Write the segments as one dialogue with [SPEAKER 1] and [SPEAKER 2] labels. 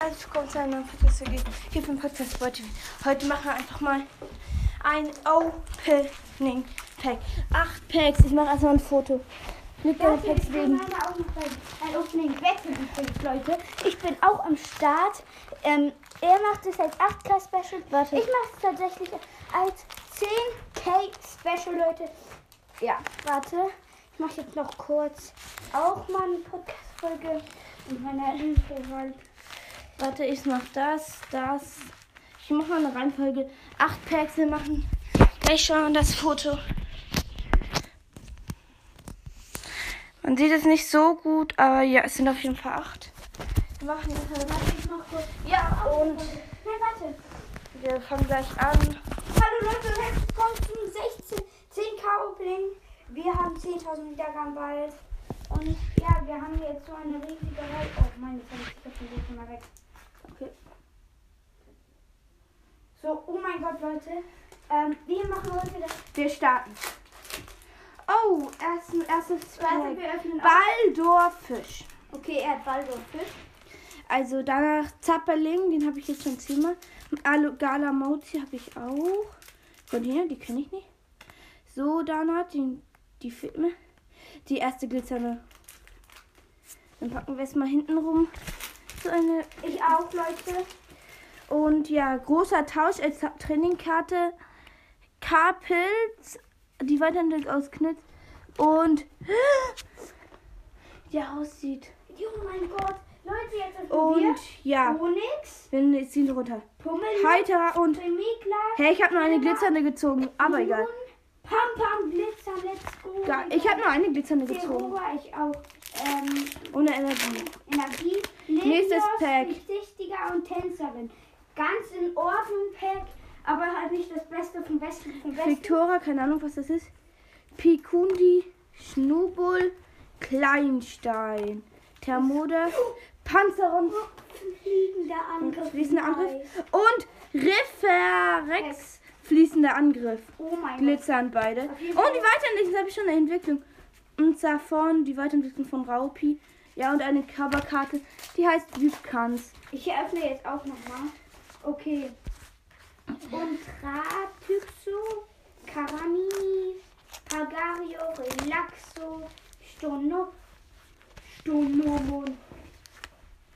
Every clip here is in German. [SPEAKER 1] herzlich willkommen zu einem neuen Podcast hier hier beim Podcast Boy TV. Heute machen wir einfach mal ein Opening Pack. Acht Packs. Ich mache erstmal ein Foto. Mit den
[SPEAKER 2] Leute,
[SPEAKER 1] Packs
[SPEAKER 2] ich
[SPEAKER 1] wegen.
[SPEAKER 2] bin gerade auch noch beim beim Opening weggewickelt, Leute.
[SPEAKER 1] Ich bin auch am Start.
[SPEAKER 2] Ähm, er macht es als 8K-Special.
[SPEAKER 1] Warte.
[SPEAKER 2] Ich mache es tatsächlich als 10K-Special, Leute. Ja, warte. Ich mache jetzt noch kurz auch mal eine Podcast-Folge mit meiner Info-Rolle.
[SPEAKER 1] Warte, ich mach das, das. Ich mache mal eine Reihenfolge. Acht Packs. Wir machen gleich schon das Foto. Man sieht es nicht so gut, aber ja, es sind auf jeden Fall acht. Wir machen jetzt eine
[SPEAKER 2] Warte, ich mach kurz.
[SPEAKER 1] Ja,
[SPEAKER 2] Und.
[SPEAKER 1] und
[SPEAKER 2] Nein, warte.
[SPEAKER 1] wir fangen gleich an.
[SPEAKER 2] Hallo Leute und herzlich willkommen zum 16, 10k Opening. Wir haben 10.000 Wiedergaben bald. Und ja, wir haben jetzt so eine riesige Reihe. Oh meine Fresse, ich hab den Weg schon mal weg. Okay. So, oh mein Gott, Leute. Ähm, wir machen heute das.
[SPEAKER 1] Wir starten. Oh, ersten, erstes
[SPEAKER 2] Warte,
[SPEAKER 1] Pack.
[SPEAKER 2] wir öffnen auch.
[SPEAKER 1] Baldor Fisch.
[SPEAKER 2] Okay, er hat Baldo und Fisch.
[SPEAKER 1] Also danach Zapperling, den habe ich jetzt schon zehnmal. Alu Gala Mozi habe ich auch. Von hier, die kenne ich nicht. So, danach die, die fehlt mir. Die erste glitzernde. Dann packen wir es mal hinten rum. So eine.
[SPEAKER 2] Ich auch, Leute.
[SPEAKER 1] Und ja, großer Tausch als Trainingkarte. Karpilz, die Weiterentwicklung aus Knitz. Und. Die aussieht.
[SPEAKER 2] Oh mein Gott. Leute, jetzt öffnen wir.
[SPEAKER 1] Und ja,
[SPEAKER 2] Onyx,
[SPEAKER 1] wenn ich ziehen runter.
[SPEAKER 2] Pummel,
[SPEAKER 1] Heiterer und.
[SPEAKER 2] Remiglas.
[SPEAKER 1] Hey, ich habe nur eine glitzernde gezogen, aber egal.
[SPEAKER 2] Pam, pam, Glitzer, let's go.
[SPEAKER 1] Da, ich habe nur eine glitzernde gezogen.
[SPEAKER 2] Zero, ich auch. Ähm,
[SPEAKER 1] Ohne Energie.
[SPEAKER 2] Energie.
[SPEAKER 1] Nächstes
[SPEAKER 2] Lindos,
[SPEAKER 1] Pack.
[SPEAKER 2] Durchsichtiger und Tänzerin. Ganz in Ordnung, Pack. Aber halt nicht das Beste vom Besten vom Besten.
[SPEAKER 1] Victora, keine Ahnung, was das ist. Pikundi, Schnubull, Kleinstein, Thermoda, Panzeron.
[SPEAKER 2] Fliegender Angriff.
[SPEAKER 1] Fließender Angriff.
[SPEAKER 2] Nice.
[SPEAKER 1] Und Rifferex. Fließender Angriff.
[SPEAKER 2] Oh mein Gott.
[SPEAKER 1] Glitzern beide. Und die Weiterentwicklung habe ich schon eine Entwicklung. Und davon die Weiterentwicklung von Raupi. Ja, und eine Coverkarte, die heißt Wübkans.
[SPEAKER 2] Ich eröffne jetzt auch nochmal. Okay. Und Ratyxo, Karamini, Pagario, Relaxo, Stornop, Stornomon,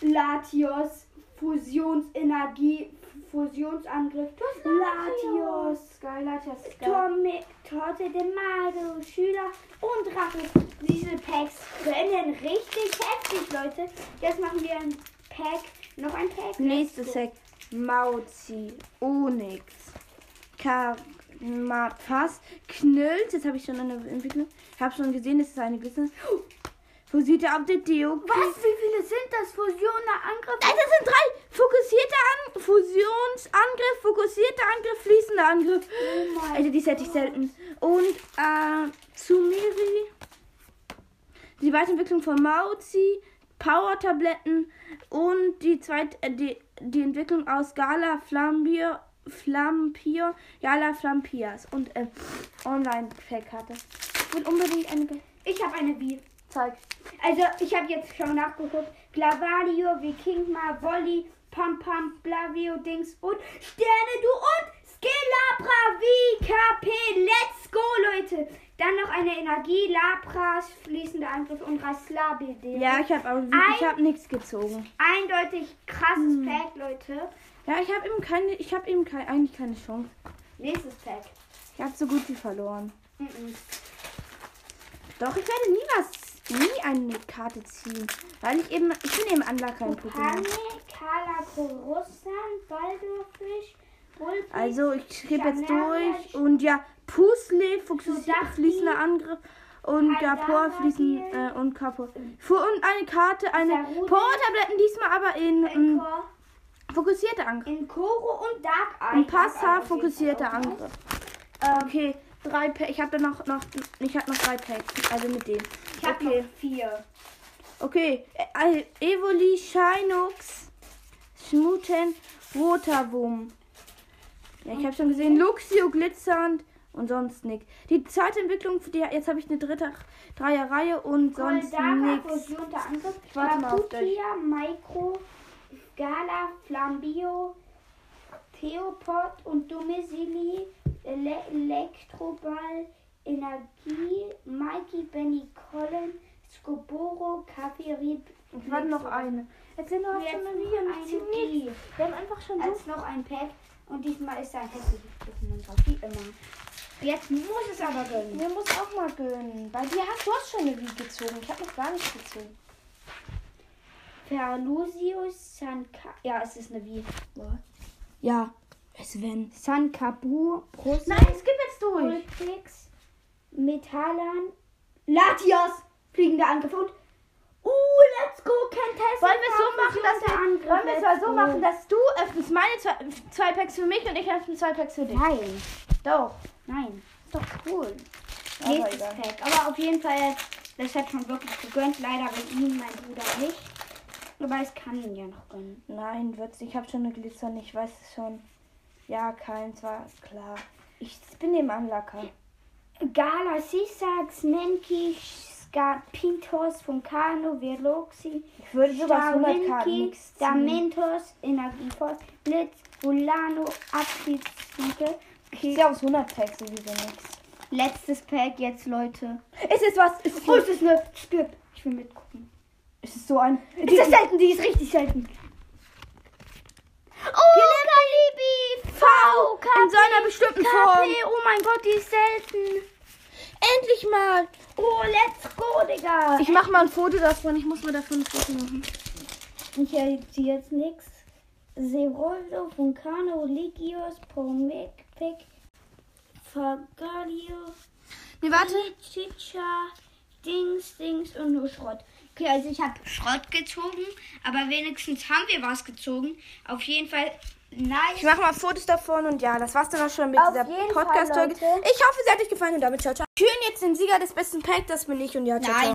[SPEAKER 2] Latios, Fusionsenergie, Fusionsangriff, Latios,
[SPEAKER 1] Latios. Geil, Latios. ist geil.
[SPEAKER 2] Torme, Torte de Mario, Schüler und Rache. Diese Packs können richtig heftig, Leute. Jetzt machen wir ein Pack, noch ein Pack.
[SPEAKER 1] Nächstes Hack. Mauzi, Onyx, Karmapas, Knillt. Jetzt habe ich schon eine Entwicklung. Ich habe schon gesehen, das ist eine Glitzer. Fokussierter Update, Deo.
[SPEAKER 2] Was? Wie viele sind das? Fusioner Angriff?
[SPEAKER 1] Nein, das sind drei. Fokussierter An Fusionsangriff, fokussierter Angriff, fließender Angriff.
[SPEAKER 2] Oh mein
[SPEAKER 1] Alter, die hätte ich
[SPEAKER 2] Gott.
[SPEAKER 1] selten. Und äh, Sumiri. Die Weiterentwicklung von Mauzi, Power-Tabletten und die zweite, äh, die, die Entwicklung aus Gala Flambier, Flampier, Gala Flampias und äh, Online-Pack-Karte. Ich will unbedingt eine Be-
[SPEAKER 2] Ich habe eine Bi.
[SPEAKER 1] Zeig.
[SPEAKER 2] Also, ich habe jetzt schon nachgeguckt. Glavario, Vikingma, Volley, Pam Pam, Blavio, Dings und Sterne, du und Skilabra, VKP. Let's go, Leute. Dann noch eine Energie, Labras, fließender Angriff und Raslabil.
[SPEAKER 1] Ja, ich habe auch ich hab nichts gezogen.
[SPEAKER 2] Eindeutig krasses
[SPEAKER 1] Hm.
[SPEAKER 2] Pack, Leute.
[SPEAKER 1] Ja, ich habe eben keine, ich habe eben kein, eigentlich keine Chance.
[SPEAKER 2] Nächstes Pack.
[SPEAKER 1] Ich habe so gut wie verloren.
[SPEAKER 2] Mhm.
[SPEAKER 1] Doch, ich werde nie was, nie eine Karte ziehen, weil ich eben, ich bin eben Anlag kein Pokémon.
[SPEAKER 2] Pane, Kala, Korussan, Baldurfisch, Bullfisch.
[SPEAKER 1] Also ich schreibe jetzt
[SPEAKER 2] Schanel,
[SPEAKER 1] durch und ja, Pusle,
[SPEAKER 2] Sodachi,
[SPEAKER 1] fließender Angriff und Gapor
[SPEAKER 2] Aldana,
[SPEAKER 1] fließen
[SPEAKER 2] Kiel.
[SPEAKER 1] äh, und Kapor. Fu- Und eine Karte, eine
[SPEAKER 2] Sarude.
[SPEAKER 1] Power-Tabletten diesmal aber in
[SPEAKER 2] in,
[SPEAKER 1] ähm,
[SPEAKER 2] Kor
[SPEAKER 1] fokussierter Angriff.
[SPEAKER 2] in Koro und Dark Eye.
[SPEAKER 1] Und Passa
[SPEAKER 2] Dark Eye auf jeden
[SPEAKER 1] fokussierter
[SPEAKER 2] Fall auch Ähm, noch.
[SPEAKER 1] Angriff. Okay, drei Pa- Ich habe noch, noch, ich habe noch drei Packs, also mit denen.
[SPEAKER 2] Ich habe
[SPEAKER 1] okay.
[SPEAKER 2] noch vier.
[SPEAKER 1] Okay, äh, Evoli, Shinox, Schmuten, Rotawum. Ja, ich habe schon gesehen, Luxio, Glitzernd und sonst nix. Die zweite Entwicklung, für die, jetzt habe ich eine dritte Dreierreihe und sonst
[SPEAKER 2] Goldara,
[SPEAKER 1] nix.
[SPEAKER 2] Fusion der Angriff.
[SPEAKER 1] warte mal auf
[SPEAKER 2] Makutia, Micro, Gala, Flambio, Theopod und Domesili, Ele Elektroball, Energie, Mikey, Benny, Colin, Skoboro, Kaffee, Rieb.
[SPEAKER 1] Ich warte noch
[SPEAKER 2] Rieb-
[SPEAKER 1] eine. Jetzt sind noch
[SPEAKER 2] Jetzt
[SPEAKER 1] schon
[SPEAKER 2] noch
[SPEAKER 1] wieder
[SPEAKER 2] eine
[SPEAKER 1] nicht zu
[SPEAKER 2] G.
[SPEAKER 1] nichts. Wir haben einfach schon so.
[SPEAKER 2] Als noch ein Pack. Und diesmal ist da ein hässliches Pokémon drauf, wie immer. Jetzt muss es aber gönnen.
[SPEAKER 1] Mir muss auch mal gönnen. Bei dir hast du hast schon eine Wie gezogen. Ich habe noch gar nicht gezogen.
[SPEAKER 2] Ferlusius Sanka. Ja, es ist eine Wie.
[SPEAKER 1] Ja, Sven.
[SPEAKER 2] Sankabu, Brust.
[SPEAKER 1] Nein, es gibt jetzt durch.
[SPEAKER 2] Ultrix, Metalan, Latias, fliegender Angriff und. Uh, let's go, Kentessa.
[SPEAKER 1] Wollen wir es so machen, dass wir,
[SPEAKER 2] Angriff,
[SPEAKER 1] wollen wir es mal
[SPEAKER 2] let's
[SPEAKER 1] so
[SPEAKER 2] go.
[SPEAKER 1] machen, dass du öffnest meine zwei, zwei Packs für mich und ich öffne zwei Packs für dich.
[SPEAKER 2] Nein,
[SPEAKER 1] Doch.
[SPEAKER 2] nein. Ist doch cool.
[SPEAKER 1] Aber
[SPEAKER 2] Nächstes
[SPEAKER 1] egal.
[SPEAKER 2] Pack. Aber auf jeden Fall, das hat schon wirklich gegönnt. Leider will ihn mein Bruder nicht. Aber es kann ihn ja noch gönnen.
[SPEAKER 1] Nein, wird's. Ich habe schon eine Glitzern. Ich weiß es schon. Ja, keins war klar. Ich bin dem Anlacker.
[SPEAKER 2] Gala, Sisax, Nenki, Skapintos, Vulcano, Veloxi,
[SPEAKER 1] Ich würde sogar 100 Karten
[SPEAKER 2] Starinki,
[SPEAKER 1] nichts ziehen.
[SPEAKER 2] Damentos, Energieforce, Blitz, Vulano, Abschiedsnike.
[SPEAKER 1] Ich sehe aufs 100 Pack sowieso nichts.
[SPEAKER 2] Letztes Pack jetzt, Leute.
[SPEAKER 1] Ist es was? Ist es,
[SPEAKER 2] Oh, es ist eine Skip. Ich will mitgucken.
[SPEAKER 1] ist es so ein...
[SPEAKER 2] Ist das selten? Die ist richtig selten. Oh, Kalibi! V!
[SPEAKER 1] In so einer bestimmten Form.
[SPEAKER 2] Oh mein Gott, die ist selten.
[SPEAKER 1] Endlich mal!
[SPEAKER 2] Oh, let's go, Digga.
[SPEAKER 1] Ich mache mal ein Foto davon. Ich muss mir davon ein Foto machen.
[SPEAKER 2] Ich hätte jetzt nichts. Seroldo, Vulcano, Ligios, Pomik, Pick, Fagalio,
[SPEAKER 1] Nee, warte.
[SPEAKER 2] Chicha, Dings, Dings und nur Schrott. Okay, also ich habe Schrott gezogen, aber wenigstens haben wir was gezogen. Auf jeden Fall
[SPEAKER 1] Ich
[SPEAKER 2] nice.
[SPEAKER 1] mache mal Fotos davon und ja, das war's dann auch schon mit
[SPEAKER 2] Auf
[SPEAKER 1] dieser
[SPEAKER 2] jeden Fall,
[SPEAKER 1] Podcast-Folge. Ich
[SPEAKER 2] Leute.
[SPEAKER 1] hoffe, sie hat euch gefallen und damit ciao, ciao. Wir küren jetzt den Sieger des besten Packs, das bin ich und ja, ciao, ciao.